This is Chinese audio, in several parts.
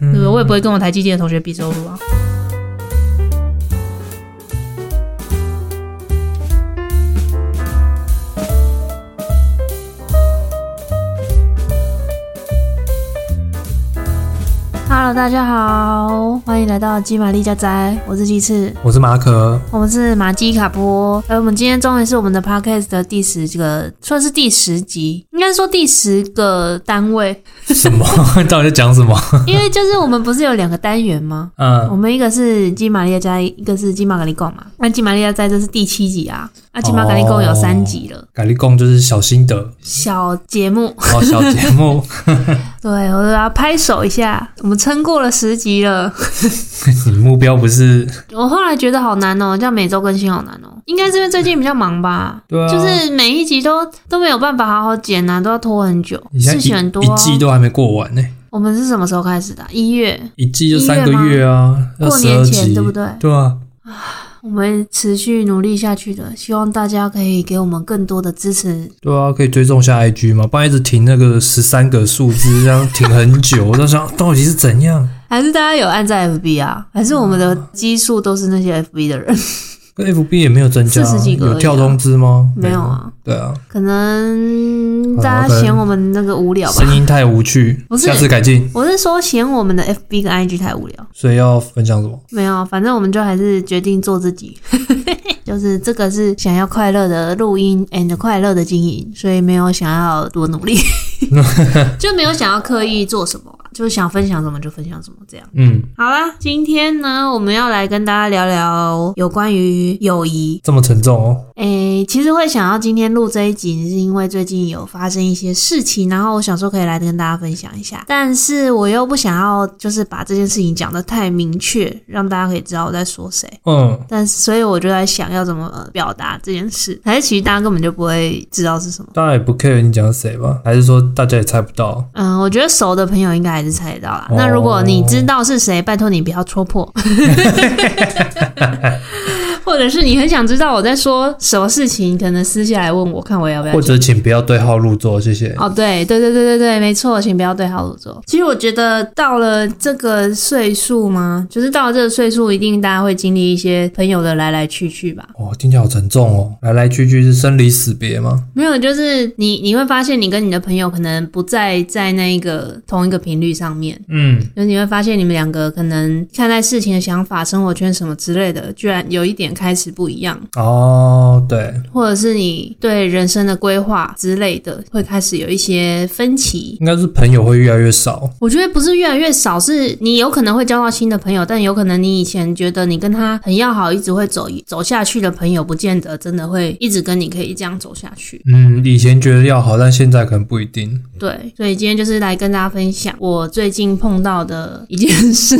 嗯我也不会跟我台积电的同学比收入啊。 Hello，大家好，欢迎来到基玛丽家宅，我是鸡翅， 我是马可，我们是马基卡波。呃，我们今天终于是我们的 podcast 的第十个，算是第十集，应该说第十个单位，什 么？到底在讲什么？因为就是我们不是有两个单元吗？我 嗯，们一个是基玛丽家宅，一个是基玛咖喱贡嘛。那基玛丽家宅这是第七集啊，那基玛咖喱贡有哦三集了，咖喱贡就是小心得，小节目。 哦，小节目，对，我都要拍手一下，我们撑过了十集了。 你目标不是？我后来觉得好难哦，这样每周更新好难哦，应该是因为最近比较忙吧， 对啊就是每一集都都没有办法好好剪啊，都要拖很久，你现事在情一很多、一啊。季都还没过完呢、我们是什么时候开始的啊？一月，一季就三个月啊，要过十年二前集，对不对？对啊，我们持续努力下去的，希望大家可以给我们更多的支持。对啊，可以追踪一下 IG 嘛，不然一直停那个十三个数字，这样停很 久，我在想到底是怎样？还是大家有按在 FB 啊？还是我们的基数都是那些 FB 的人？ 跟 FB 也没有增加， 40几个而已啊有跳通知吗？没有啊，对啊，可能好大可家能嫌我们那个无聊吧？声音太无趣不，是下次改进。我是说嫌我们的 FB 跟 IG 太无聊。所以要分享什么？没有，啊反正我们就还是决定做自己， 就是这个是想要快乐的录音 and 快乐的经营，所以没有想要多努力，就没有想要刻意做什么啊，就是想分享什么就分享什么这样。嗯，好啦，今天呢，我们要来跟大家聊聊有关于友谊。这么沉重哦。诶，其实会想要今天录这一集，是因为最近有发生一些事情，然后我想说可以来跟大家分享一下，但是我又不想要就是把这件事情讲得太明确，让大家可以知道我在说谁。嗯，但是所以我就在想要怎么呃表达这件事，还是其实大家根本就不会知道是什么。大家也不 care 你讲谁吧，还是说大家也猜不到？嗯，我觉得熟的朋友应该还是猜得到啦。哦那如果你知道是谁，拜托你不要戳破，或者是你很想知道我在说什么事情，可能私下来问我，看我要不要或讲。者请不要对号入座，谢谢。哦，对对对对对对，没错，请不要对号入座。其实我觉得到了这个岁数嘛，就是到了这个岁数，一定大家会经历一些朋友的来来去去吧。哦，听起来好沉重哦，来来去去是生离死别吗？没有，就是你你会发现，你跟你的朋友可能不在在那一个同一个频率上面，嗯，就是你会发现你们两个可能看待事情的想法、生活圈什么之类的，居然有一点开始不一样，哦，对，或者是你对人生的规划之类的会开始有一些分歧。应该是朋友会越来越少。我觉得不是越来越少，是你有可能会交到新的朋友，但有可能你以前觉得你跟他很要好，一直会走走下去的朋友，不见得真的会一直跟你可以这样走下去。嗯，以前觉得要好，但现在可能不一 定。对，所以今天就是来跟大家分享我最近碰到的一件事。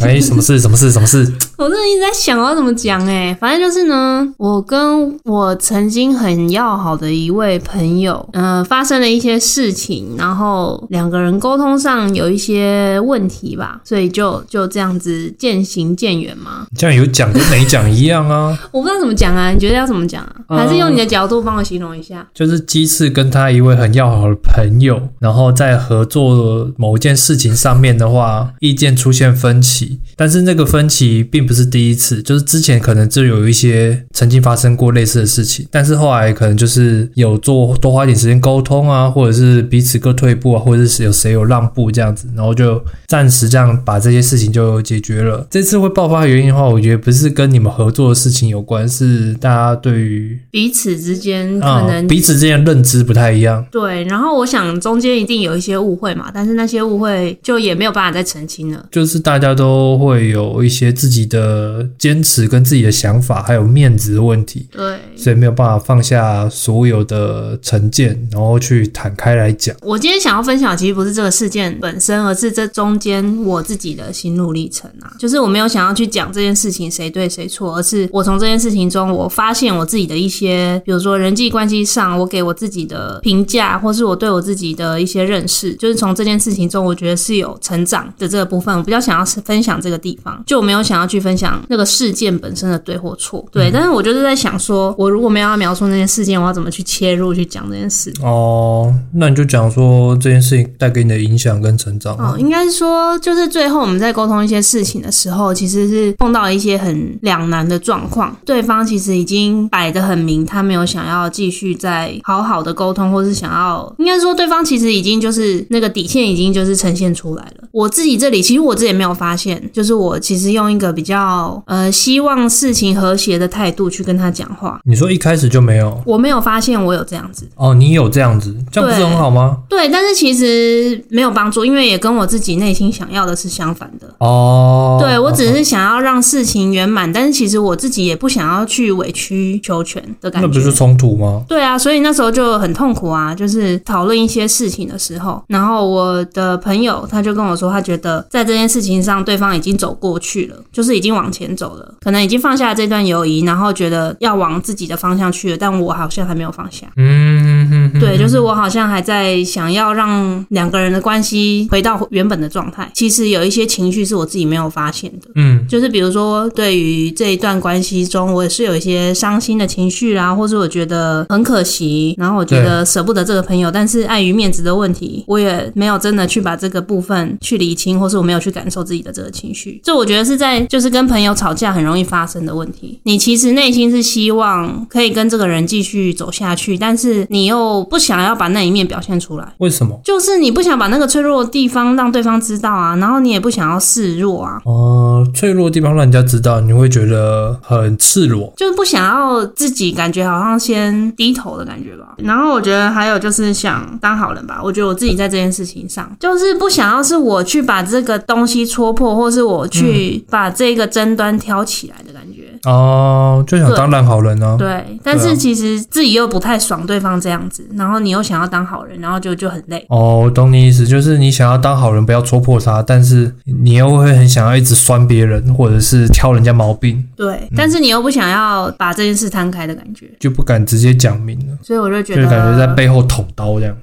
哎，什么事？什么事？什么事？我真的一直在想我要怎么讲哎、反正就是呢，我跟我曾经很要好的一位朋友，呃，发生了一些事情，然后两个人沟通上有一些问题吧，所以就就这样子渐行渐远嘛。这样有讲跟没讲一样啊，我不知道怎么讲啊，你觉得要怎么讲呃啊？还是用你的角度帮我形容一下？就是鸡翅跟他一位很要好的朋友，然后在合作某一件事情上面的话，意见出现分歧，但是那个分歧并不是第一次，就是之前可能就有一些曾经发生过类似的事情，但是后来可能就是有做多花一点时间沟通啊，或者是彼此各退一步啊，或者是有谁有让步这样子，然后就暂时这样把这些事情就解决了。这次会爆发的原因的话，我觉得不是跟你们合作的事情有关，是大家对于彼此之间嗯可啊、能、彼此之间的认知不太一样。对，然后我想中间一定有一些误会嘛，但是那些误会就也没有办法再澄清了。就是大家都会有一些自己的坚持跟自己的想法，还有面子的问题，对，所以没有办法放下所有的成见，然后去坦开来讲。我今天想要分享，其实不是这个事件本身，而是这中间我自己的心路历程啊。就是我没有想要去讲这件事情谁对谁错，而是我从这件事情中，我发现我自己的一些，比如说人际关系上，我给我自己的评价，或是我对我自己的一些认识，就是从这件事情中，我觉得是有成长的这个部分。我比较想要分享这个地方，就我没有想要去分。分享那个事件本身的对或错。对，但是我就是在想说，我如果没有要描述那件事件，我要怎么去切入去讲这件事？哦，那你就讲说这件事情带给你的影响跟成长哦，应该是说，就是最后我们在沟通一些事情的时候，其实是碰到了一些很两难的状况。对方其实已经摆得很明，他没有想要继续再好好的沟通，或是想要，应该说对方其实已经就是那个底线已经就是呈现出来了。我自己这里其实我自己也没有发现，就是我其实用一个比较呃希望事情和谐的态度去跟他讲话，你说一开始就没有我没有发现我有这样子。哦，你有这样子，这样不是对很好吗？对，但是其实没有帮助，因为也跟我自己内心想要的是相反的。哦，对我只是想要让事情圆满，但是其实我自己也不想要去委曲求全的感那不觉是。冲突吗？对啊，所以那时候就很痛苦啊，就是讨论一些事情的时候，然后我的朋友他就跟我说，他觉得在这件事情上，对方已经走过去了，就是已经往前走了，可能已经放下了这段友谊，然后觉得要往自己的方向去了，但我好像还没有放下。嗯哼哼，对，就是我好像还在想要让两个人的关系回到原本的状态。其实有一些情绪是我自己没有发现的，嗯就是比如说，对于这一段关系中，我也是有一些伤心的情绪啦，或是我觉得很可惜，然后我觉得舍不得这个朋友，但是碍于面子的问题，我也没有真的去把这个部分去理清，或是我没有去感受自己的这个情绪。这我觉得是在就是跟朋友吵架很容易发生的问题。你其实内心是希望可以跟这个人继续走下去，但是你又不想要把那一面表现出来。为什么？就是你不想把那个脆弱的地方让对方知道啊，然后你也不想要示弱啊，哦、脆弱的地方让人家知道，你会觉得很赤裸。就是不想要自己感觉好像先低头的感觉吧。然后我觉得还有就是想当好人吧。我觉得我自己在这件事情上，就是不想要是我去把这个东西戳破，或是我去把这个争端挑起来的感觉。哦，就想当烂好人啊。对，但对啊是其实自己又不太爽对方这样子，然后你又想要当好人，然后就就很累。哦，我懂你意思，就是你想要当好人，不要戳破他，但是你又会很想要一直酸别人，或者是挑人家毛病，对，但是你又不想要把这件事摊开的感觉，就不敢直接讲明了，所以我就就觉得，感觉在背后捅刀这样。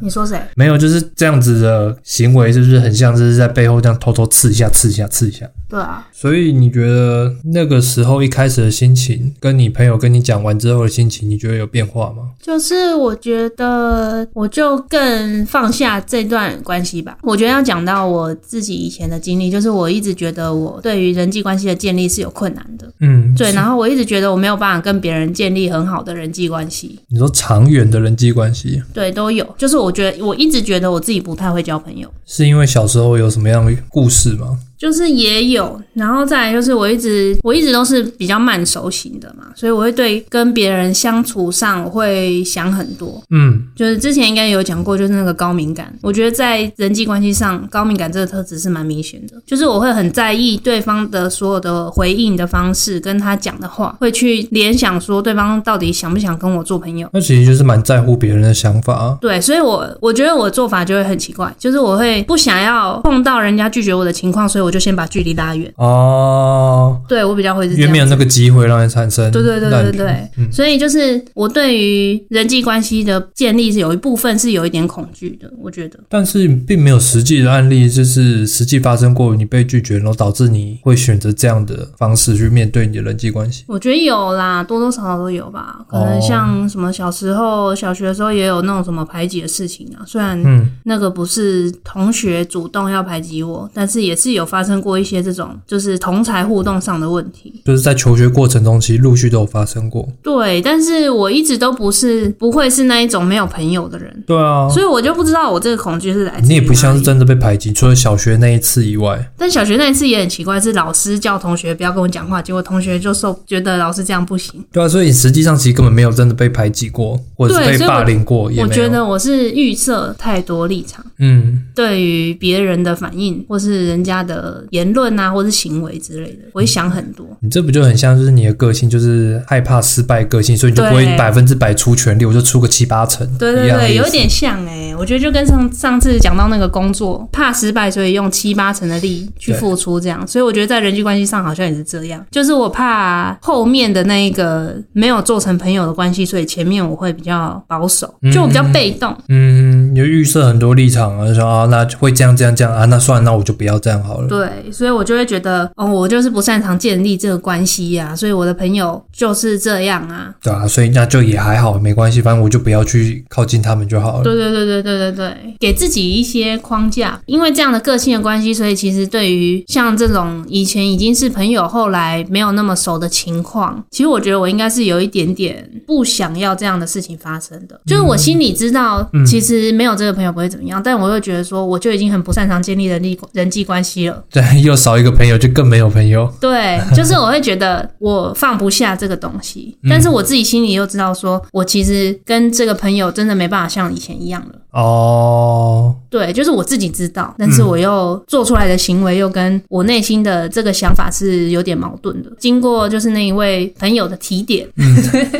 你说谁？没有，就是这样子的行为，是不是很像就是在背后这样偷偷刺一下、刺一下、刺一下？对啊，所以你觉得那个时候一开始的心情，跟你朋友跟你讲完之后的心情，你觉得有变化吗？就是我觉得我就更放下这段关系吧。我觉得要讲到我自己以前的经历，就是我一直觉得我对于人际关系的建立是有困难的。嗯，对，然后我一直觉得我没有办法跟别人建立很好的人际关系，你说长远的人际关系，对，都有。就是我觉得我一直觉得我自己不太会交朋友，是因为小时候有什么样的故事吗？就是也有，然后再来就是我一直我一直都是比较慢熟型的嘛，所以我会对跟别人相处上我会想很多。嗯，就是之前应该有讲过，就是那个高敏感。我觉得在人际关系上，高敏感这个特质是蛮明显的，就是我会很在意对方的所有的回应的方式，跟他讲的话，会去联想说对方到底想不想跟我做朋友。那其实就是蛮在乎别人的想法啊。对，所以我我觉得我做法就会很奇怪，就是我会不想要碰到人家拒绝我的情况，所以我就先把距离拉远。哦，对我比较会是因这为样没。有那个机会让人产生对对对烂对评对，所以就是我对于人际关系的建立是有一部分是有一点恐惧的，我觉得。但是并没有实际的案例，就是实际发生过你被拒绝，然后导致你会选择这样的方式去面对你的人际关系。我觉得有啦，多多少少都有吧。可能哦像什么小时候、小学的时候也有那种什么排挤的事情啊。虽然嗯，那个不是同学主动要排挤我，但是也是有发生过一些这种就是同才互动上的问题。就是在求学过程中，其实陆续都有发生过。对，但是我一直都不是不会是那一种没有朋友的人，对啊，所以我就不知道我这个恐惧是来自于你也不像是哪里。真的被排挤，除了小学那一次以外，但小学那一次也很奇怪，是老师叫同学不要跟我讲话，结果同学就受觉得老师这样不行。对啊，所以你实际上其实根本没有真的被排挤过，或者是对被所以我霸凌过，也我没有。觉得我是预设太多立场。嗯，对于别人的反应，或是人家的言论啊，或是行为之类的，我会想很多。你这不就很像就是你的个性就是害怕失败个性，所以你就不会对百分之百出全力，我就出个七八成，对对一样的对，意有思点像哎、我觉得就跟上上次讲到那个工作，怕失败，所以用七八成的力去付出，这样。所以我觉得在人际关系上好像也是这样，就是我怕后面的那一个没有做成朋友的关系，所以前面我会比较保守，就我比较被动。嗯嗯，有预设很多立场啊，就说啊，那会这样这样这样啊，那算了，那我就不要这样好了。对，所以我就会觉得，哦，我就是不擅长建立这个关系呀、所以我的朋友就是这样啊。对啊，所以那就也还好，没关系，反正我就不要去靠近他们就好了。对对对对对对对，给自己一些框架，因为这样的个性的关系，所以其实对于像这种以前已经是朋友，后来没有那么熟的情况，其实我觉得我应该是有一点点不想要这样的事情发生的。就是我心里知道，其实没有这个朋友不会怎么样，但我又觉得说，我就已经很不擅长建立人力人际关系了。对， 又少一个朋友，就更没有朋友。对，就是我会觉得我放不下这个东西，但是我自己心里又知道说，我其实跟这个朋友真的没办法像以前一样了。哦，对，就是我自己知道，但是我又做出来的行为又跟我内心的这个想法是有点矛盾的。经过就是那一位朋友的提点，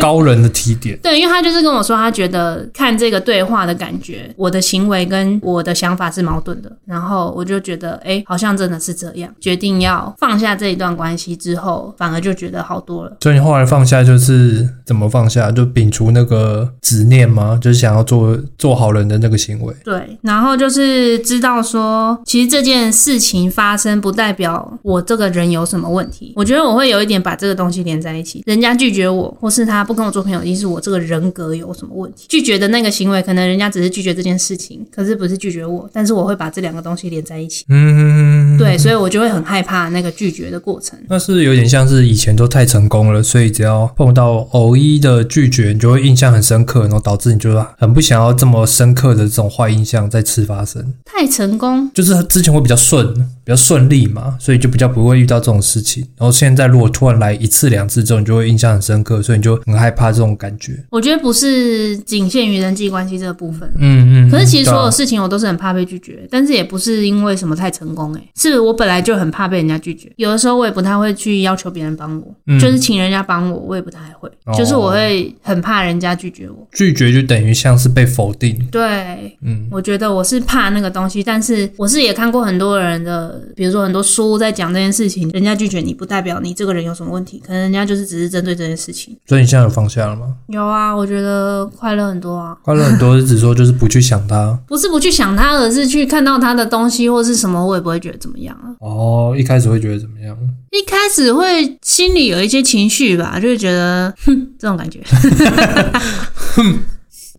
高人的提点。对，因为他就是跟我说，他觉得看这个对话的感觉，我的行为跟我的想法是矛盾的。然后我就觉得，哎，好像真的是这样，决定要放下这一段关系之后，反而就觉得好多了。所以你后来放下就是怎么放下？就摒除那个执念吗？就是想要做做好人的那个行为。对，然后就是知道说，其实这件事情发生不代表我这个人有什么问题。我觉得我会有一点把这个东西连在一起，人家拒绝我，或是他不跟我做朋友，一定是我这个人格有什么问题。拒绝的那个行为，可能人家只是拒绝这件事情，可是不是拒绝我，但是我会把这两个东西连在 一起。嗯，。对，所以我就会很害怕那个拒绝的过程。那是有点像是以前都太成功了，所以只要碰到偶一的拒绝，你就会印象很深刻，然后导致你就很不想要这么深刻的这种坏印象再次发生。 太成功，就是之前会比较顺，比较顺利嘛，所以就比较不会遇到这种事情。然后现在如果突然来一次两次之后，你就会印象很深刻，所以你就很害怕这种感觉。我觉得不是仅限于人际关系这个部分。嗯嗯。啊可是其实所有对啊事情我都是很怕被拒绝，但是也不是因为什么太成功、欸，是我本来就很怕被人家拒绝。有的时候我也不太会去要求别人帮我，嗯就是请人家帮我，我也不太会，哦就是我会很怕人家拒绝我。拒绝就等于像是被否定。对，嗯，我觉得我是怕那个东西，但是我是也看过很多人的，比如说很多书在讲这件事情，人家拒绝你不代表你这个人有什么问题，可能人家就是只是针对这件事情。所以你现在有放下了吗？有啊，我觉得快乐很多啊。快乐很多是指说就是不去想它。不是不去想他，而是去看到他的东西或是什么，我也不会觉得怎么样啊。哦，一开始会觉得怎么样？一开始会心里有一些情绪吧，就会觉得哼这种感觉。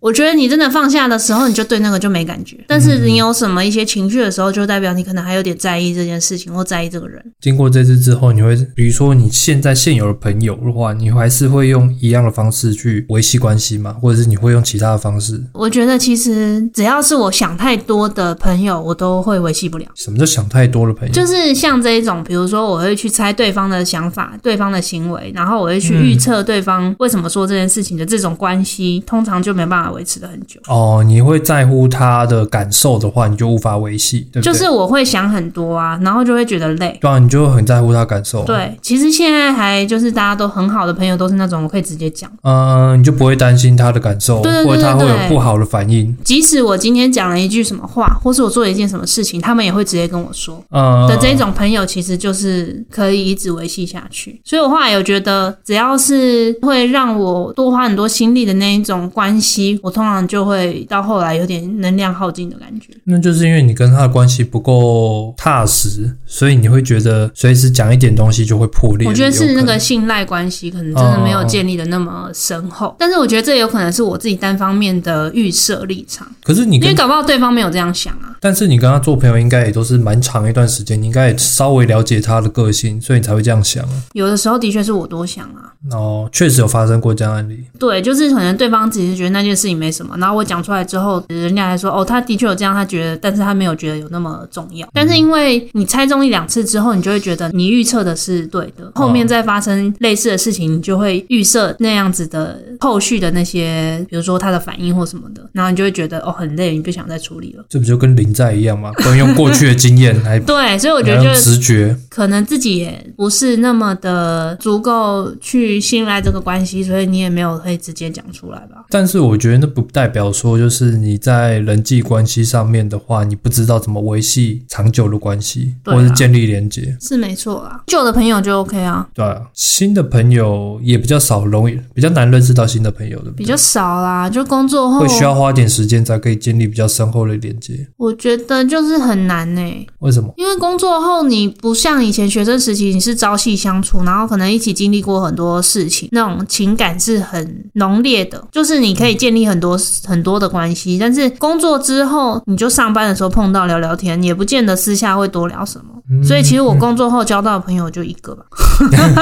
我觉得你真的放下的时候，你就对那个就没感觉。但是你有什么一些情绪的时候，就代表你可能还有点在意这件事情或在意这个人。经过这次之后，你会比如说你现在现有的朋友的话，你还是会用一样的方式去维系关系吗？或者是你会用其他的方式？我觉得其实只要是我想太多的朋友，我都会维系不了。什么叫想太多的朋友？就是像这一种，比如说我会去猜对方的想法、对方的行为，然后我会去预测对方为什么说这件事情的这种关系，通常就没办法维持的很久。哦，你会在乎他的感受的话，你就无法维系，对不对？就是我会想很多啊，然后就会觉得累。对啊，你就很在乎他感受。，对，其实现在还就是大家都很好的朋友，都是那种我可以直接讲。嗯、你就不会担心他的感受，对对对或者他会对有不好的反应。即使我今天讲了一句什么话，或是我做了一件什么事情，他们也会直接跟我说。嗯、的这种朋友，其实就是可以一直维系下去。所以我后来有觉得，只要是会让我多花很多心力的那一种关系，我通常就会到后来有点能量耗尽的感觉。那就是因为你跟他的关系不够踏实，所以你会觉得随时讲一点东西就会破裂。我觉得有是可那能个信赖关系，可能真的没有建立的那么深哦厚。但是我觉得这有可能是我自己单方面的预设立场，可是你因为跟，搞不好对方没有这样想啊。但是你跟他做朋友，应该也都是蛮长一段时间，你应该也稍微了解他的个性，所以你才会这样想。有的时候的确是我多想啊。哦，确实有发生过这样的案例。对，就是可能对方只是觉得那件事情没什么，然后我讲出来之后，人家还说哦，他的确有这样，他觉得，但是他没有觉得有那么重要。但是因为你猜中一两次之后，你就会觉得你预测的是对的，后面再发生类似的事情，你就会预设那样子的后续的那些，比如说他的反应或什么的，然后你就会觉得哦很累，你不想再处理了。 这不就跟林在一样吗？不能用过去的经验来对，所以我觉来得就用是直觉。可能自己也不是那么的足够去信赖这个关系，所以你也没有会直接讲出来吧？但是我觉得那不代表说，就是你在人际关系上面的话，你不知道怎么维系长久的关系，对啊或是建立连接。是没错啦，旧的朋友就 OK 啊，对啊，新的朋友也比较少，容易比较难认识到新的朋友，对不比对？较少啦，就工作后会，需要花点时间才可以建立比较深厚的连接。我觉得就是很难呢、欸为什么？因为工作后，你不像以前学生时期，你是朝夕相处，然后可能一起经历过很多事情，那种情感是很浓烈的，就是你可以建立很多很多的关系。但是工作之后，你就上班的时候碰到聊聊天，也不见得私下会多聊什么。嗯所以其实我工作后交到的朋友就一个吧。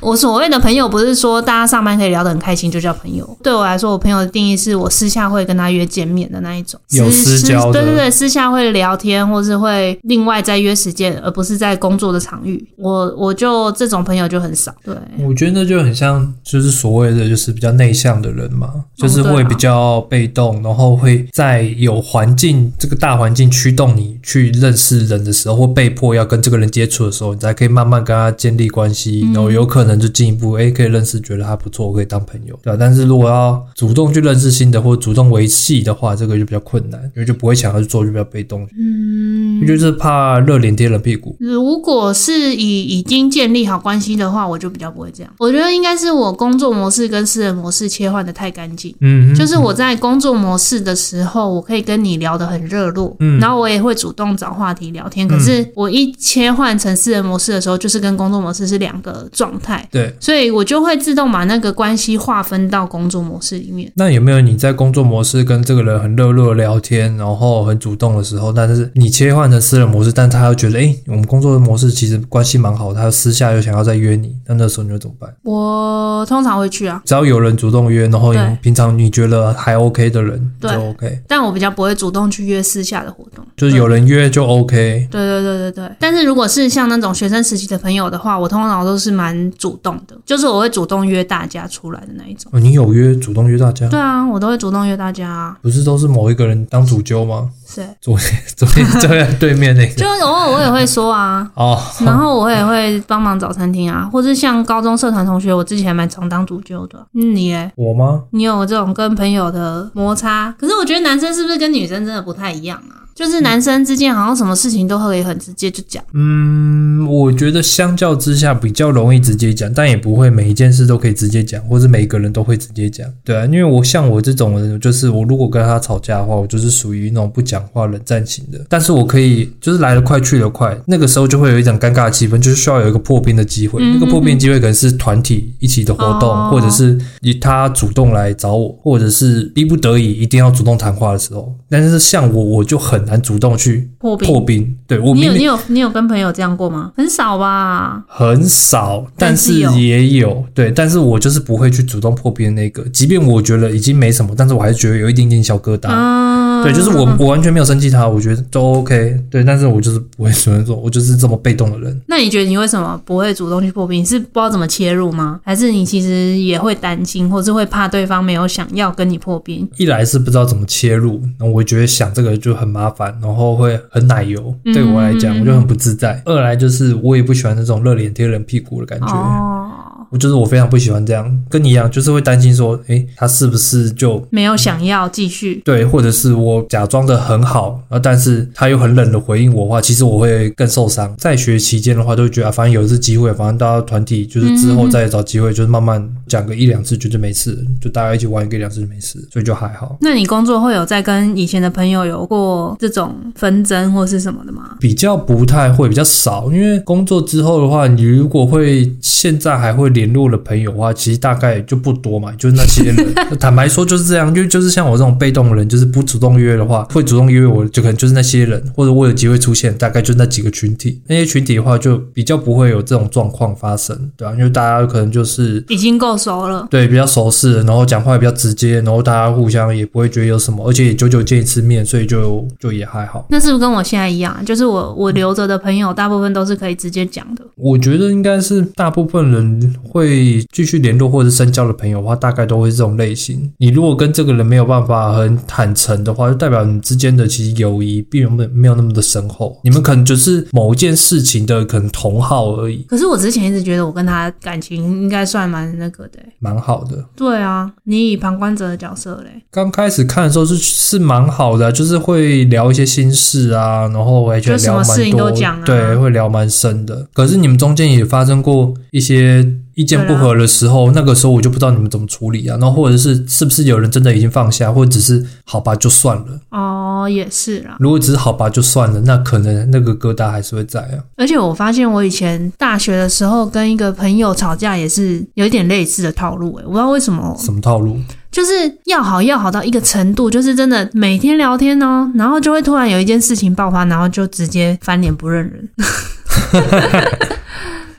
我所谓的朋友，不是说大家上班可以聊得很开心就叫朋友。对我来说，我朋友的定义是我私下会跟他约见面的那一种，有私私交的对对对，私下会聊天，或是会另外再约时间，而不是在工作的场域。我我就这种朋友就很少。对，我觉得那就很像，就是所谓的就是比较内向的人嘛，就是对会啊比较被动，然后会在有环境这个大环境驱动你去认识人的时候，或被迫要跟这个人接触的时候，你才可以慢慢跟他建立关系，然后有可能就进一步，哎，可以认识，觉得他不错，我可以当朋友，对吧、啊但是如果要主动去认识新的或主动维系的话，这个就比较困难，因为就不会想要去做，就比较被动，嗯，就是怕热脸贴冷屁股。如果是以已经建立好关系的话，我就比较不会这样。我觉得应该是我工作模式跟私人模式切换的太干净。嗯，就是我在工作模式的时候，我可以跟你聊得很热络，嗯然后我也会主动找话题聊天。可是我一切换成私人模式的时候，就是跟工作模式是两个状态，对。所以我就会自动把那个关系划分到工作模式里面。那有没有你在工作模式跟这个人很热络地聊天，然后很主动的时候，但是你切换成私人模式，但他又觉得，哎、我们工作的模式其实关系蛮好，他私下又想要再约你，那那时候你会怎么办？我通常会去啊，只要有人主动约，然后你对平常你觉得还 OK 的人就对 OK，但我比较不会主动去约私下的活动。就是有人约就 OK。对对对对对，但是如果是像那种学生时期的朋友的话，我通常都是蛮主动的，就是我会主动约大家出来的那一种。哦，你有约主动约大家，对啊，我都会主动约大家啊。不是都是某一个人当主揪吗？ 谁？昨天昨 天昨天对面 那个，就偶尔我也会说啊哦，然后我也会帮忙找餐厅啊，或是像高中社团同学，我之前还蛮常当主揪的。嗯，你嘞？我吗？你有这种跟朋友的摩擦？可是我觉得男生是不是跟女生真的不太一样啊？就是男生之间好像什么事情都可以很直接就讲，嗯，我觉得相较之下比较容易直接讲，但也不会每一件事都可以直接讲，或是每个人都会直接讲。对啊，因为我像我这种人，就是我如果跟他吵架的话，我就是属于那种不讲话冷战型的。但是我可以就是来得快去得快，那个时候就会有一种尴尬的气氛，就是需要有一个破冰的机会。嗯那个破冰机会可能是团体一起的活动，哦或者是以他主动来找我，或者是逼不得已一定要主动谈话的时候。但是像我，我就很难主动去破冰。破冰。对我你明有明你有你有跟朋友这样过吗？很少吧。很少，但但是是有也有对，但是我就是不会去主动破冰的那个，即便我觉得已经没什么，但是我还是觉得有一点点小疙瘩。啊，对，就是我，我完全没有生气他，我觉得都 OK。对，但是我就是不会主动做，我就是这么被动的人。那你觉得你为什么不会主动去破冰？是不知道怎么切入吗？还是你其实也会担心，或是会怕对方没有想要跟你破冰？一来是不知道怎么切入，那我觉得想这个就很麻烦，然后会很奶油，嗯对我来讲我就很不自在。二来就是我也不喜欢那种热脸贴冷屁股的感觉。哦，我就是我非常不喜欢这样，跟你一样，就是会担心说，诶，他是不是就没有想要继续。对，或者是我假装的很好，啊，但是他又很冷的回应我的话，其实我会更受伤。在学期间的话，都会觉得、啊、反正有一次机会，反正大家团体就是之后再找机会，就是慢慢讲个一两次，觉得没事，就大家一起玩个一两次就没事，所以就还好。那你工作会有在跟以前的朋友有过这种纷争或是什么的吗？比较不太会，比较少，因为工作之后的话，你如果会现在还会联络的朋友的话，其实大概就不多嘛，就是那些人。坦白说就是这样，因为就是像我这种被动的人，就是不主动约的话，会主动约我的就可能就是那些人，或者我有机会出现，大概就那几个群体。那些群体的话，就比较不会有这种状况发生，对吧、啊因为大家可能就是已经够熟了。对，比较熟识，然后讲话也比较直接，然后大家互相也不会觉得有什么，而且也久久见一次面，所以就就也还好。啊那是不是跟我现在一样？就是我我留着的朋友，大部分都是可以直接讲的。我觉得应该是大部分人会继续联络或者深交的朋友的话，大概都会是这种类型。你如果跟这个人没有办法很坦诚的话，就代表你们之间的其实友谊并没有没有那么的深厚，你们可能就是某一件事情的可能同好而已，可是我之前一直觉得我跟他感情应该算蛮那个的欸、蛮好的。对啊，你以旁观者的角色嘞，刚开始看的时候是是蛮好的啊、就是会聊一些心事啊，然后我也觉得就什聊么蛮多，事情都讲啊对，会聊蛮深的。可是你们中间也发生过一些意见不合的时啊候，那个时候我就不知道你们怎么处理啊，然后或者是是不是有人真的已经放下，或者只是好吧就算了。哦，也是啦。如果只是好吧就算了，那可能那个疙瘩还是会在啊。而且我发现我以前大学的时候跟一个朋友吵架也是有一点类似的套路、欸，我不知道为什么，什么套路？就是要好要好到一个程度，就是真的每天聊天哦，然后就会突然有一件事情爆发，然后就直接翻脸不认人。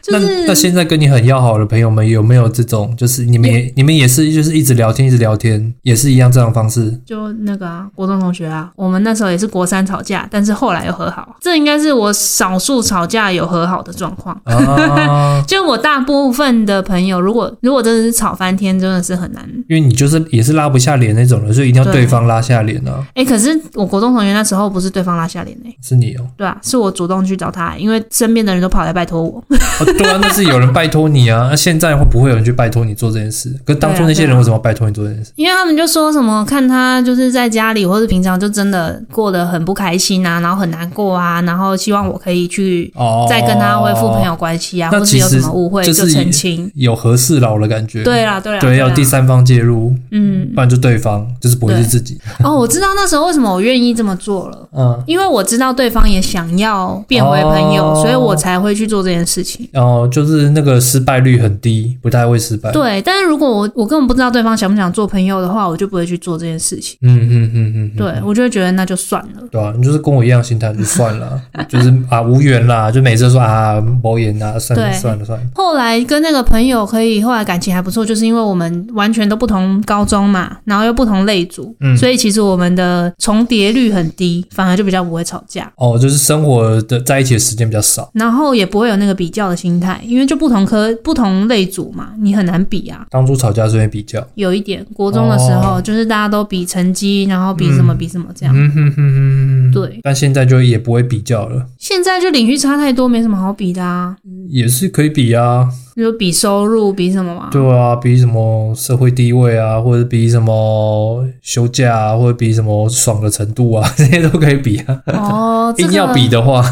就那那是现在跟你很要好的朋友们有没有这种，就是你们也你们也是就是一直聊天一直聊天，也是一样这样的方 式？就那个啊，国中同学啊，我们那时候也是国三吵架，但是后来又和好，这应该是我少数吵架有和好的状况。啊，就我大部分的朋友，如果如果真的是吵翻天，真的是很难。因为你就是也是拉不下脸那种人，所以一定要对对方拉下脸啊，哎、可是我国中同学那时候不是对方拉下脸哎、是你哦，对啊，是我主动去找他、因为身边的人都跑来拜托我。哦对啊，那是有人拜托你啊， 那现在会不会有人去拜托你做这件事？可是当初对啊那些对人啊为什么要拜托你做这件事？因为他们就说什么看他就是在家里或是平常就真的过得很不开心啊，然后很难过啊，然后希望我可以去哦，再跟他恢复朋。友关系啊，那或是有其什实么误会就就是澄清。有和事佬的感觉，对啦，啊对啦，对，啊要啦有第三方介入，嗯， 不然就对方，就是不会是对自己，哦，我知道那时候为什么我愿意这么做了。嗯，因为我知道对方也想要变为朋友，哦所以我才会去做这件事情。然后就是那个失败率很低，不太会失败，，对，但是如果我我根本不知道对方想不想做朋友的话，我就不会去做这件事情。嗯嗯嗯嗯，嗯对，我就会觉得那就算了。对啊，你就是跟我一样心态，就算 了，就是啊无缘啦，就每次都说啊无缘啊，算了对算了算了，后来跟那个朋友可以，后来感情还不错，就是因为我们完全都不同高中嘛，然后又不同类组，嗯所以其实我们的重叠率很低，反而就比较不会吵架，哦，就是生活的在一起的时间比较少。然后也不会有那个比较的心态，因为就不同科、不同类组嘛，你很难比啊。当初吵架是因为比较，有一点，国中的时候、哦就是大家都比成绩，然后比什么比什么这样。嗯哼哼哼哼，对但现在就也不会比较了，现在就领域差太多，没什么好比的啊，也是可以比啊，比如比收入，比什么嘛。对啊，比什么社会地位啊，或者比什么休假啊，或者比什么爽的程度啊， 这些都可以比啊。哦，这 硬要个比的话，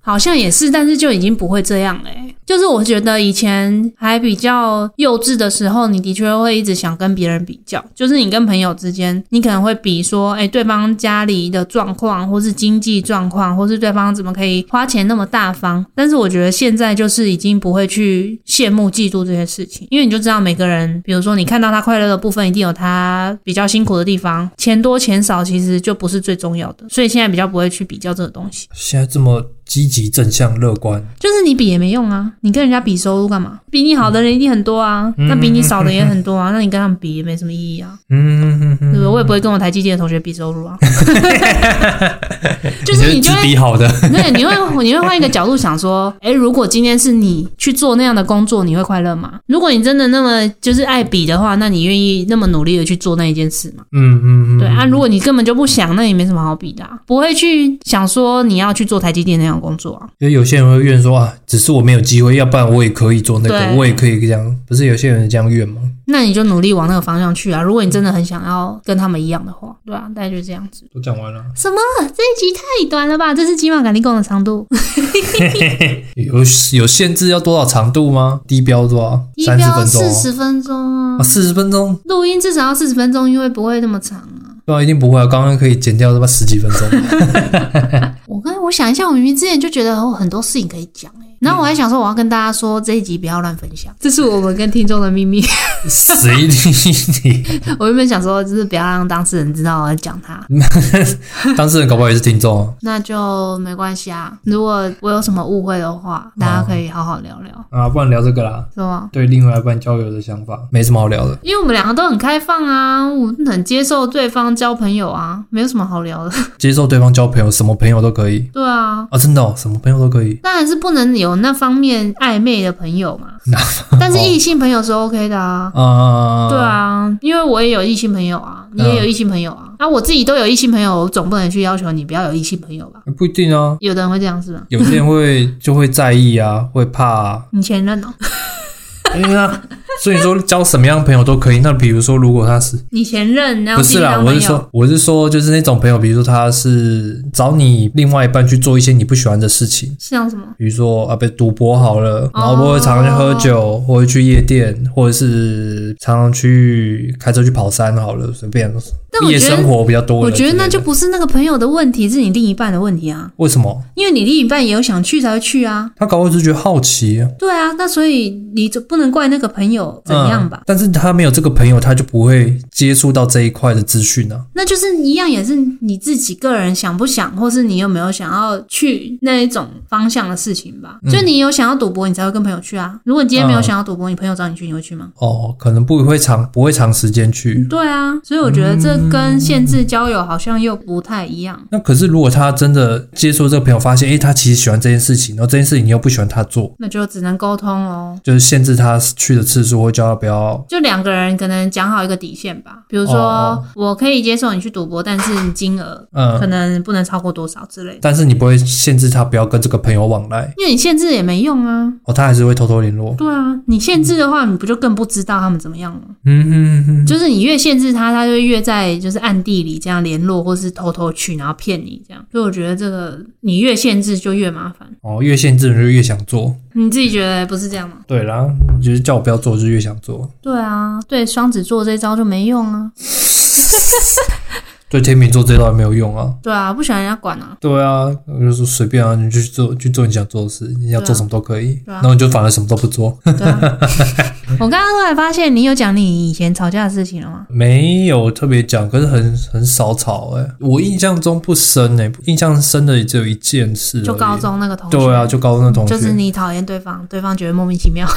好像也是，但是就已经不会这样嘞、就是我觉得以前还比较幼稚的时候，你的确会一直想跟别人比较，就是你跟朋友之间，你可能会比说，哎、对方家里的状况，或是经济状况，或是对方怎么可以花钱那么大方。但是我觉得现在就是已经不会去羡慕、嫉妒这些事情，因为你就知道每个人，比如说你看到他快乐的部分，一定有他比较辛苦的地方，钱多钱少其实就不是最重要的，所以现在比较不会去比较这个东西。现在这么积极、正向、乐观，就是你比也没用啊，你跟人家比收入干嘛？比你好的人一定很多啊，那比你少的也很多啊，那你跟他们比也没什么意义啊，嗯哼对哼不哼，对？我也不会跟我台积电的同学比收入啊， 就是你只就会。比好 的，对，你会你会换一个角度想说，诶，如果今天是你去做那样的工作，你会快乐吗？如果你真的那么就是爱比的话，那你愿意那么努力的去做那一件事吗？嗯嗯嗯，对啊，如果你根本就不想，那也没什么好比的、啊，不会去想说你要去做台积电那样的工作啊。因为有些人会怨说啊，只是我没有机会，要不然我也可以做那个，对我也可以这样，不是有些人这样怨吗？那你就努力往那个方向去啊！如果你真的很想要跟他们一样的话，对啊，大概就是这样子。都讲完了。什么？这一集太短了吧？这是《金马感力宫》的长 度，有有限制要多少长度吗？低标多少？一三十标分钟四哦十分钟啊， 啊，四十分钟，录音至少要四十分钟，因为不会那么长啊。对啊，一定不会啊，刚刚可以减掉他妈十几分 钟。我刚我想一下，我明明之前就觉得有很多事情可以讲、欸、然后我还想说，我要跟大家说这一集不要乱分 享，这是我们跟听众的秘密。谁理我原本想说，就是不要让当事人知道我在讲他，你？当事人搞不好也是听众啊。那就没关系啊。如果我有什么误会的话，大家可以好好聊聊，啊，不然聊这个啦。是吗？对另外一半交友的想法，没什么好聊的。因为我们两个都很开放啊，我很接受对方交朋友啊，没有什么好聊的。 接受对方交朋友，什么朋友都可以对啊，啊，真的、哦，什么朋友都可以。当然是不能有有那方面暧昧的朋友嘛， 但哦是异性朋友是 OK 的啊。啊，对，啊，因为我也有异性朋友啊，嗯你也有异性朋友啊，啊，我自己都有异性朋友，我总不能去要求你不要有异性朋友吧？不一定啊，有的人会这样是吗？有些人会就会在意啊，会怕 啊，你前任哦，对啊，所以说交什么样的朋友都可以。那比如说，如果他是你前任然后不继是续啦，当我朋是友，说，我是说，就是那种朋友，比如说他是找你另外一半去做一些你不喜欢的事情，像什么？比如说啊，被赌博好哦了，然后我会常常去喝酒，或者去夜店，或者是常常去开车去跑山好了，随便。但我夜觉得生活比较多我了之觉类得的，那就不是那个朋友的问题，是你另一半的问题啊，为什么因为你另一半也有想去才会去啊。他搞我就觉得好奇啊对啊，那所以你就不能怪那个朋友怎样吧？嗯？但是他没有这个朋友，他就不会接触到这一块的资讯啊。那就是一样，也是你自己个人想不想，或是你有没有想要去那一种方向的事情吧。就你有想要赌博，你才会跟朋友去啊。如果你今天没有嗯想要赌博，你朋友找你去，你会去吗？哦，可能不会长不会长时间去。对啊，所以我觉得这跟限制交友好像又不太一样。那可是如果他真的接触这个朋友，发现诶、他其实喜欢这件事情，然后这件事情你又不喜欢他做，那就只能沟通哦。就是限制他去的次数，或叫他不要就两个人可能讲好一个底线吧，比如说、哦我可以接受你去赌博，但是金额嗯可能不能超过多少之类的，但是你不会限制他不要跟这个朋友往来因为你限制也没用啊。哦，他还是会偷偷联络。对啊，你限制的话，你不就更不知道他们怎么样吗？嗯哼哼哼，就是你越限制他，他就越在就是暗地里这样联络，或是偷偷去，然后骗你这样。所以我觉得这个你越限制就越麻烦。哦，越限制你就越想做。你自己觉得不是这样吗？对啦，你就是叫我不要做，我就越想做。对啊，对双子座这一招就没用啊。对天秤座这招也没有用啊。对啊，不喜欢人家管 啊。对啊，我就说随便啊，你就去做，去做你想做的事，你要对做啊什么都可以。对啊然后你就反而什么都不做，对啊，我刚刚突然发现你有讲你以前吵架的事情了吗？没有特别讲，可是很很少吵哎、我印象中不深哎、印象深的也只有一件事而已，就高中那个同学，对啊，就高中的同学，就是你讨厌对方，对方觉得莫名其妙，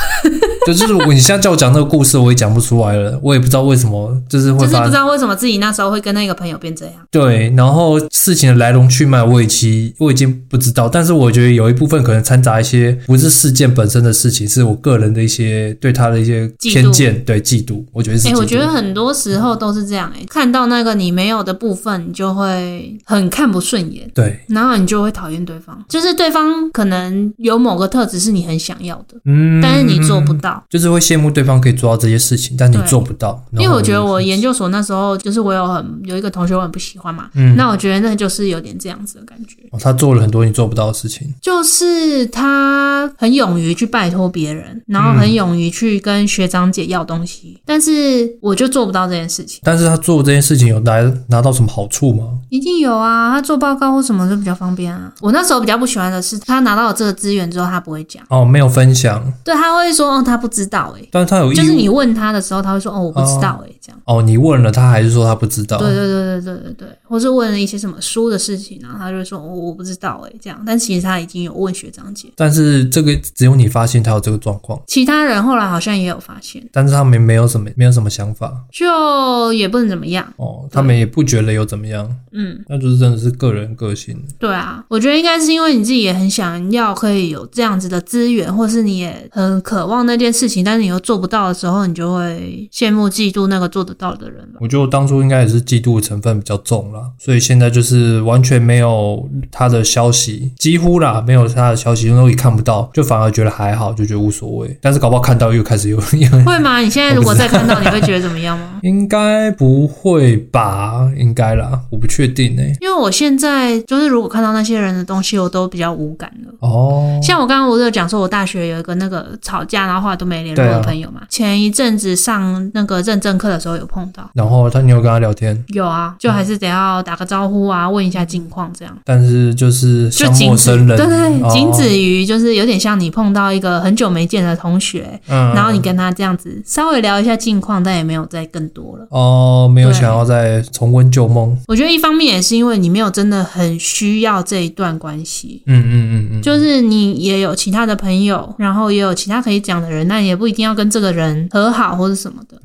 对，就是我你现在叫我讲这个故事，我也讲不出来了，我也不知道为什么，就是会 就是发不生知道为什么自己那时候会跟那个朋友变这样。对，然后事情的来龙去脉，我已经我已经不知道，但是我觉得有一部分可能掺杂一些不是事件本身的事情，是我个人的一些对他的一些嫉妒偏见，对嫉妒，我觉得是哎、嫉妒。我觉得很多时候都是这样、哎，看到那个你没有的部分，你就会很看不顺眼。对，然后你就会讨厌对方，就是对方可能有某个特质是你很想要的，嗯，但是你做不到。就是会羡慕对方可以做到这些事情，但你对做不到。因为我觉得我研究所那时候，就是我有很有一个同学我很不喜欢嘛，嗯那我觉得那就是有点这样子的感觉，我、哦、他做了很多你做不到的事情，就是他很勇于去拜托别人，然后嗯很勇于去跟学长姐要东西，但是我就做不到这件事情。但是他做这件事情有拿拿到什么好处吗？一定有啊，他做报告或什么就比较方便啊。我那时候比较不喜欢的是，他拿到了这个资源之后，他不会讲，哦，没有分享，对他会说哦他不知道、欸，但是他有义务。就是你问他的时候，他会说：“哦，哦我不知道、欸，哎、这样。哦，你问了他还是说他不知道？对对对对对对对，或是问了一些什么书的事情，然后他就说：“哦，我不知道、欸，哎，这样。”但其实他已经有问学长姐，但是这个只有你发现他有这个状况，其他人后来好像也有发现，但是他们没有什么没有什么想法就也不能怎么样。哦，他们也不觉得有怎么样，嗯，那就是真的是个人个性。对啊，我觉得应该是因为你自己也很想要可以有这样子的资源，或是你也很渴望那件事情，但是你又做不到的时候，你就会羡慕嫉妒那个做得到的人吧。我觉得我当初应该也是嫉妒的成分比较重啦，所以现在就是完全没有他的消息，几乎啦没有他的消息，因为也看不到，就反而觉得还好，就觉得无所谓。但是搞不好看到又开始有 会吗？你现在如果再看到，你会觉得怎么样吗？应该不会吧？应该啦，我不确定欸诶、因为我现在就是如果看到那些人的东西，我都比较无感了。哦，像我刚刚我有讲说，我大学有一个那个吵架，然后后来都没联络对的啊朋友嘛。前一阵子上那个认证课的时候有碰到，然后他你有跟他聊天，有啊，就还是得要打个招呼啊，问一下近况这样。但是就是就像仅陌止生对人，对对，哦仅止于就是有点像你碰到一个很久没见的同学，嗯，然后你跟他这样子稍微聊一下近况，但也没有再更多了。哦，没有对想要再重温旧梦，我觉得一方面也是因为你没有真的很需要这一段关系，嗯嗯嗯嗯，就是你也有其他的朋友，然后也有其他可以讲的人，那也不一定要跟这个人和好或者什么的。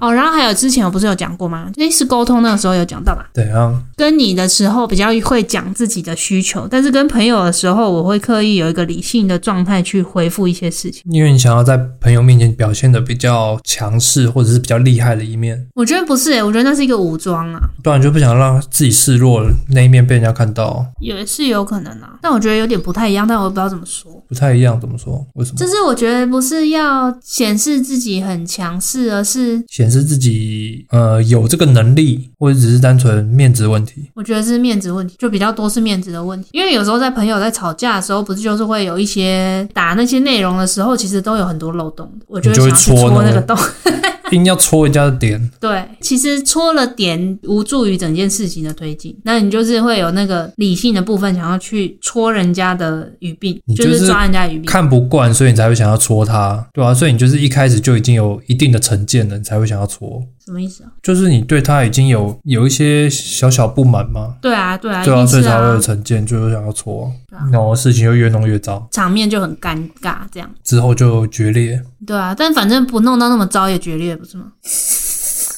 哦，然后还有之前我不是有讲过吗？诶，是沟通那个时候有讲到吧？对啊，跟你的时候比较会讲自己的需求，但是跟朋友的时候，我会刻意有一个理性的状态去回复一些事情。因为你想要在朋友面前表现的比较强势或者是比较厉害的一面，我觉得不是诶、欸我觉得那是一个武装啊，不然你就不想让自己示弱那一面被人家看到，也是有可能啊。但我觉得有点不太一样，但我不知道怎么说。不太一样。怎么说？为什么？就是我觉得不是要显示自己很强势，而是显示自己呃有这个能力，或者只是单纯面子问题。我觉得是面子问题，就比较多是面子的问题。因为有时候在朋友在吵架的时候，不是就是会有一些打那些内容的时候，其实都有很多漏洞的。我就会你就想会要戳去戳那那个个洞。硬要戳人家的点，对，其实戳了点，无助于整件事情的推进。那你就是会有那个理性的部分，想要去戳人家的语病，你就就是抓人家的语病。看不惯，所以你才会想要戳他，对啊，所以你就是一开始就已经有一定的成见了，你才会想要戳，什么意思啊？就是你对他已经有有一些小小不满嘛，对啊，对啊，一对啊，定所以是才会有啊，成见，就是想要戳啊对啊，然后事情就越弄越糟，场面就很尴尬这样。之后就决裂。对啊，但反正不弄到那么糟也决裂，不是吗？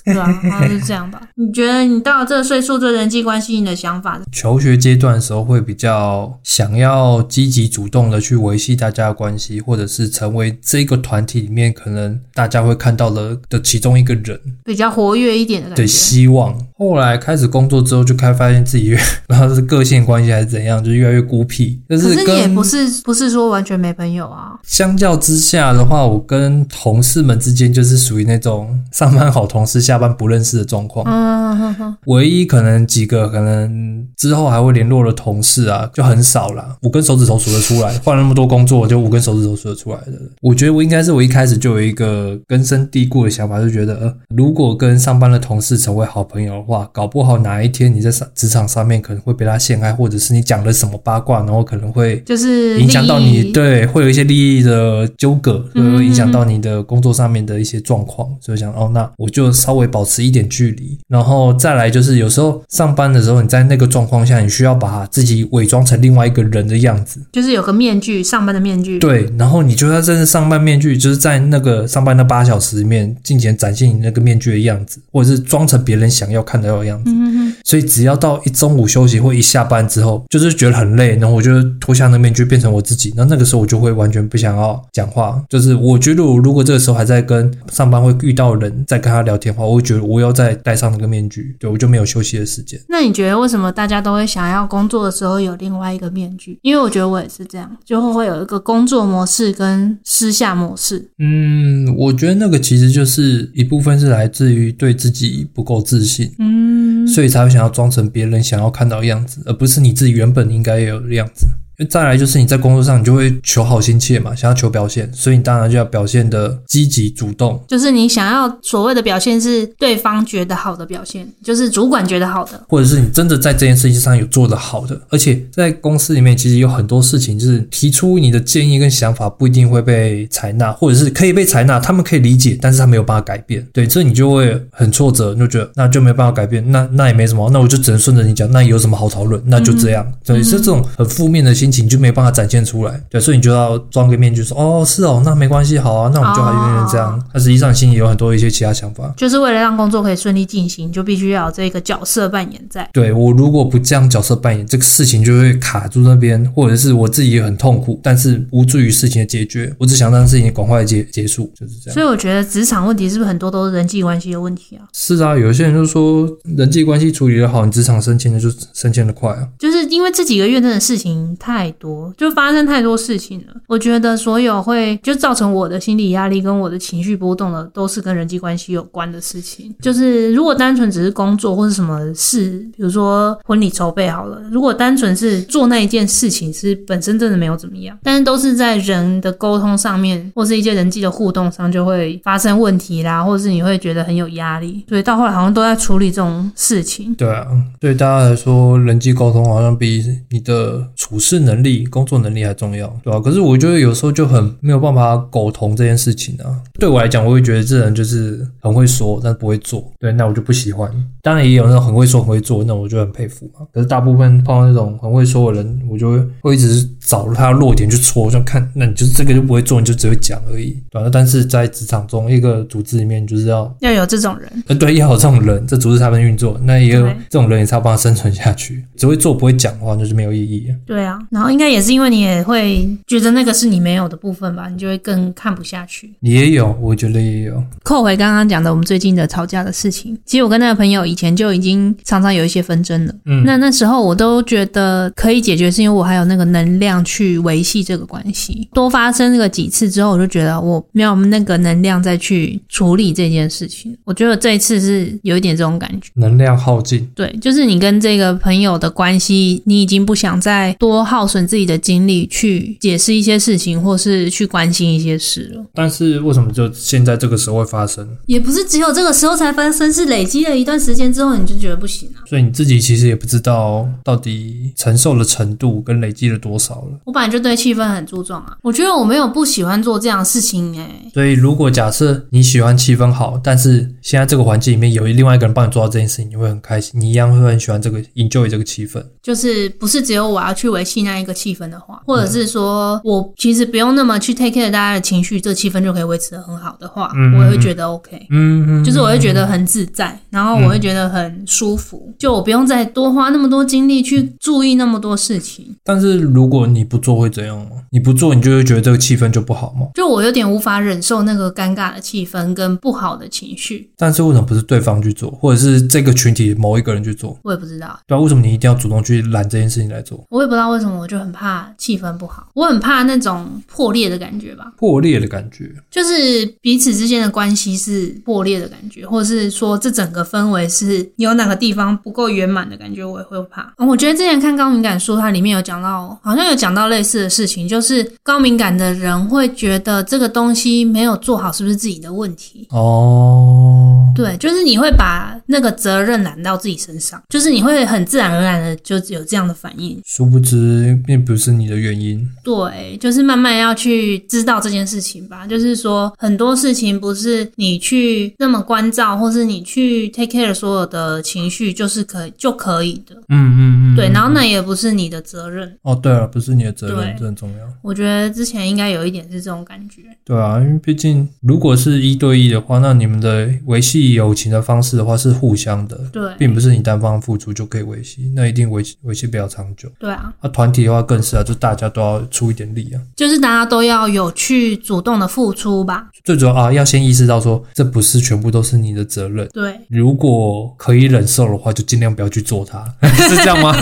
对啊，好像是这样 吧。你觉得你到了这个岁数，对人际关系你的想法是？求学阶段的时候会比较想要积极主动的去维系大家的关系，或者是成为这个团体里面可能大家会看到的的其中一个人。比较活跃一点的感对觉？希望。后来开始工作之后，就开始发现自己越， 然后是个性关系还是怎样，就越来越孤僻。但可是你也跟不是不是说完全没朋友啊。相较之下的话，我跟同事们之间就是属于那种上班好同事，下班不认识的状况。嗯哼哼，唯一可能几个可能之后还会联络的同事啊，就很少啦，五根手指头数得出来。换了那么多工作，就五根手指头数得出来的。我觉得我应该是我一开始就有一个根深蒂固的想法，就觉得呃，如果跟上班的同事成为好朋友的话，搞不好哪一天你在上职场上面可能会被他陷害，或者是你讲了什么八卦，然后可能会。就是影响到利你益对，会有一些利益的纠葛，会嗯会影响到你的工作上面的一些状况，所以想哦，那我就稍微保持一点距离，然后再来就是有时候上班的时候，你在那个状况下，你需要把自己伪装成另外一个人的样子，就是有个面具，上班的面具。，对，然后你就要在这上班面具，就是在那个上班的八小时里面，尽情展现你那个面具的样子，或者是装成别人想要看到的样子。嗯哼所以只要到一中午休息或一下班之后，就是觉得很累，然后我就脱下那面具变成我自己。那那个时候我就会完全不想要讲话，就是我觉得我如果这个时候还在跟上班会遇到的人在跟他聊天的话，我会觉得我要再戴上那个面具，对我就没有休息的时间。那你觉得为什么大家都会想要工作的时候有另外一个面具？因为我觉得我也是这样，就会有一个工作模式跟私下模式。嗯，我觉得那个其实就是一部分是来自于对自己不够自信。嗯，所以才会想要装成别人想要看到的样子，而不是你自己原本应该有的样子。因为再来就是你在工作上，你就会求好心切嘛，想要求表现，所以你当然就要表现的积极主动。就是你想要所谓的表现是对方觉得好的表现，就是主管觉得好的。或者是你真的在这件事情上有做得好的，而且在公司里面，其实有很多事情就是提出你的建议跟想法不一定会被采纳，或者是可以被采纳，他们可以理解，但是他没有办法改变，对，所以你就会很挫折，你就觉得那就没办法改变，那那也没什么，那我就只能顺着你讲，那有什么好讨论，那就这样，所以是这种很负面的心情就没办法展现出来，对，所以你就要装个面具说哦是哦，那没关系，好啊，那我们就还永远这样，那实际上心里有很多一些其他想法，就是为了让工作可以顺利进行，就必须要有这个角色扮演在。对我如果不这样角色扮演，这个事情就会卡住那边，或者是我自己也很痛苦，但是无助于事情的解决，我只想让事情赶快结结束，就是这样。所以我觉得职场问题是不是很多都是人际关系的问题啊？是啊，有些人就说人际关系处理得好，你职场升迁的就升迁的快啊。就是因为这几个月真的事情太多，就发生太多事情了。我觉得所有会就造成我的心理压力跟我的情绪波动的，都是跟人际关系有关的事情。就是如果单纯只是工作或是什么事，比如说婚礼筹备好了，如果单纯是做那一件事情，是本身真的没有怎么样，但是都是在人的沟通上面或是一些人际的互动上就会发生问题啦，或者是你会觉得很有压力，所以到后来好像都在处理这种事情。对啊，对大家来说，人际沟通好像比你的处事能力、工作能力还重要，对吧、可是我觉得有时候就很没有办法苟同这件事情啊。对我来讲，我会觉得这人就是很会说，但不会做。对，那我就不喜欢。当然也有那种很会说、很会做，那我就很佩服嘛。可是大部分碰到那种很会说的人，我就会会一直找他的弱点去戳，就看，那你就是这个就不会做，你就只会讲而已。对、啊，但是在职场中，一个组织里面，你就是要要有这种人，呃，对，要有这种人，这组织才能运作。那也有对这种人，也是要帮他生存下去。只会做不会讲的话，那就是没有意义了。对啊。然后应该也是因为你也会觉得那个是你没有的部分吧，你就会更看不下去。也有，我觉得也有。扣回刚刚讲的我们最近的吵架的事情，其实我跟那个朋友以前就已经常常有一些纷争了。嗯那那时候我都觉得可以解决，是因为我还有那个能量去维系这个关系。多发生个几次之后，我就觉得我没有那个能量再去处理这件事情。我觉得这一次是有一点这种感觉。能量耗尽，对，就是你跟这个朋友的关系，你已经不想再多耗损自己的精力去解释一些事情，或是去关心一些事了。但是为什么就现在这个时候会发生？也不是只有这个时候才发生，是累积了一段时间之后，你就觉得不行啊。所以你自己其实也不知道到底承受的程度跟累积了多少了。我本来就对气氛很注重啊，我觉得我没有不喜欢做这样的事情欸诶、所以如果假设你喜欢气氛好，但是现在这个环境里面有另外一个人帮你做到这件事情，你会很开心，你一样会很喜欢这个 enjoy 这个气氛。就是不是只有我要去维系那一个气氛的话，嗯或者是说我其实不用那么去 take care 大家的情绪，这气氛就可以维持的很好的话，嗯我也会觉得 OK。嗯，就是我会觉得很自在，然后我会觉得很舒服，就我不用再多花那么多精力去注意那么多事情，但是如果你不做会怎样吗？你不做，你就会觉得这个气氛就不好吗？就我有点无法忍受那个尴尬的气氛跟不好的情绪，但是为什么不是对方去做，或者是这个群体某一个人去做？我也不知道。对啊，为什么你一定要主动去揽这件事情来做？我也不知道为什么，我就很怕气氛不好，我很怕那种破裂的感觉吧。破裂的感觉，就是彼此之间的关系是破裂的感觉，或者是说这整个氛围是有哪个地方不够圆满的感觉，我也会怕。嗯我觉得之前看高敏感书，它里面有讲到，好像有讲到类似的事情，就是高敏感的人会觉得这个东西没有做好是不是自己的问题？哦，对，就是你会把那个责任揽到自己身上，就是你会很自然而然的就有这样的反应。殊不知并不是你的原因。对，就是慢慢要去知道这件事情吧。就是说，很多事情不是你去那么关照，或是你去 take care 所有的情绪，就是可就可以的。嗯嗯嗯，对，然后那也不是你的责任。哦，对了，不是你的责任，对这很重要。我觉得之前应该有一点是这种感觉，对啊，因为毕竟如果是一对一的话，那你们的维系友情的方式的话是互相的，对并不是你单方付出就可以维系，那一定维系维系不了长久。对啊，那、团体的话更是啊，就大家都要出一点力啊。就是大家都要有去主动的付出吧。最主要啊，要先意识到说，这不是全部都是你的责任。对，如果可以忍受的话，就尽量不要去做它， 是这样吗？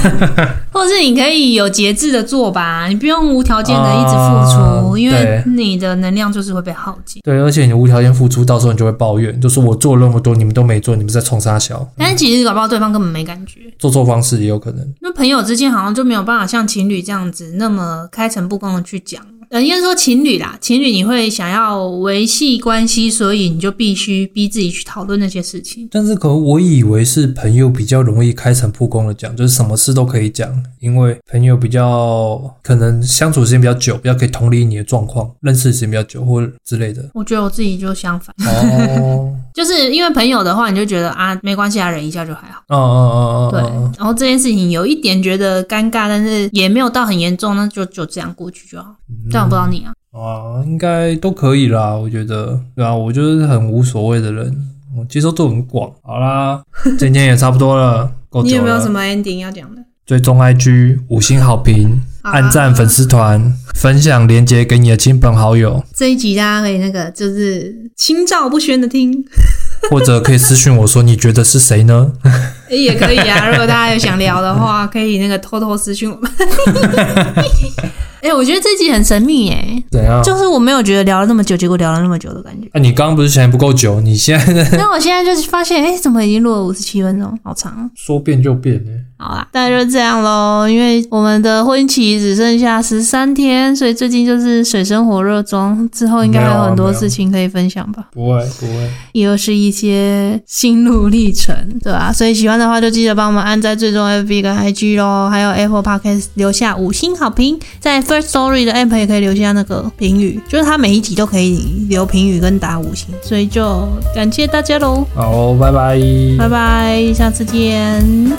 或者是你可以有节制的做吧，你不用无条件的一直付出，啊因为对你的能量就是会被耗尽。对，而且你无条件付出，到时候你就会抱怨，就说我做了那么多，你们都没做，你们在冲啥小？但是其实搞不好对方根本没感觉，做错方式也有可能。那朋友之间好像就没有办法像情侣这样子那么开诚布公的去讲。呃，应该说情侣啦，情侣你会想要维系关系，所以你就必须逼自己去讨论那些事情。。但是可能我以为是朋友比较容易开诚布公的讲，就是什么事都可以讲，因为朋友比较可能相处时间比较久，比较可以同理你的状况，认识时间比较久或之类的我觉得我自己就相反， 哦，就是因为朋友的话，你就觉得啊没关系啊，忍一下就还好。嗯嗯嗯嗯，对，嗯然后这件事情有一点觉得尴尬，但是也没有到很严重，那就就这样过去就好。嗯但我不知道你啊，啊，应该都可以啦，我觉得，对啊，我就是很无所谓的人，我接受度很广。好 啦，今天也差不多了，够你久有没有什了。么 ending 要讲的？追踪 IG 五星好评，好啊按赞粉丝团，分享链接给你的亲朋好 友。这一集大家可以那个就是心照不宣的听。或者可以私讯我说你觉得是谁呢？诶也可以啊， 如果大家有想聊的话，可以那个偷偷私讯我们。 哎、我觉得这集很神秘耶、怎样？。就是我没有觉得聊了那么久，结果聊了那么久的感觉 啊，你刚刚不是嫌不够久？你现在那我现在就是发现，哎、怎么已经录了五十七分钟，好长啊。 说变就变欸呢、好啦，大概就这样喽。因为我们的婚期只剩下十三天，所以最近就是水深火热中，之后应该还有很多事情可以分享吧，不会不会，也又是一些心路历程，对吧、所以喜欢的话就记得帮我们按在最终 FB 跟 IG 喽，还有 Apple Podcast 留下五星好评，在 First Story 的 app 也可以留下那个评语，就是它每一集都可以留评语跟打五星，所以就感谢大家喽，好，拜拜。拜拜，下次见。